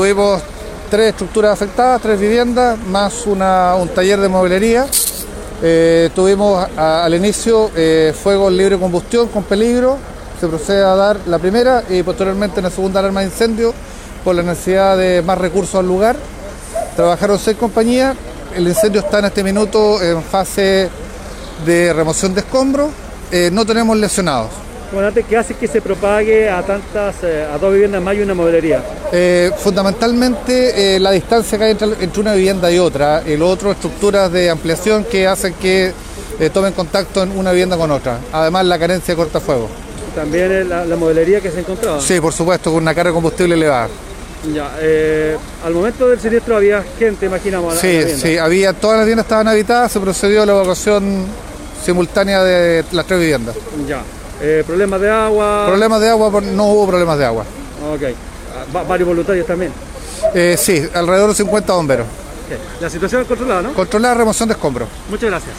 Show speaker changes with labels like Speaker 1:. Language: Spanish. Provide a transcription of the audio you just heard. Speaker 1: Tuvimos tres estructuras afectadas, tres viviendas, más una- un taller de mueblería. Eh, tuvimos a- al inicio eh, fuegos libre de combustión con peligro. Se procede a dar la primera y posteriormente una segunda alarma de incendio por la necesidad de más recursos al lugar. Trabajaron seis compañías. El incendio está en este minuto en fase de remoción de escombros. Eh, no tenemos lesionados.
Speaker 2: Comandante, ¿qué hace que se propague a tantas, eh, a dos viviendas más y una modelería?
Speaker 1: Eh, fundamentalmente eh, la distancia que hay entre, entre una vivienda y otra, el otro estructuras de ampliación que hacen que eh, tomen contacto en una vivienda con otra. Además la carencia de cortafuego.
Speaker 2: También eh, la, la modelería que se encontraba.
Speaker 1: Sí, por supuesto, con una carga de combustible elevada.
Speaker 2: Ya, eh, al momento del siniestro había gente, imaginamos. a la- a la
Speaker 1: Sí,
Speaker 2: vivienda.
Speaker 1: sí, había, todas las viviendas estaban habitadas, se procedió a la evacuación simultánea de las tres viviendas.
Speaker 2: Ya. Eh, problemas de agua.
Speaker 1: Problemas de agua, por- no hubo problemas de agua.
Speaker 2: Ok. Ah, va- varios voluntarios también.
Speaker 1: Eh, sí, alrededor de 50 bomberos.
Speaker 2: Ok. La situación es controlada, ¿no?
Speaker 1: Controlar la remoción de escombros.
Speaker 2: Muchas gracias.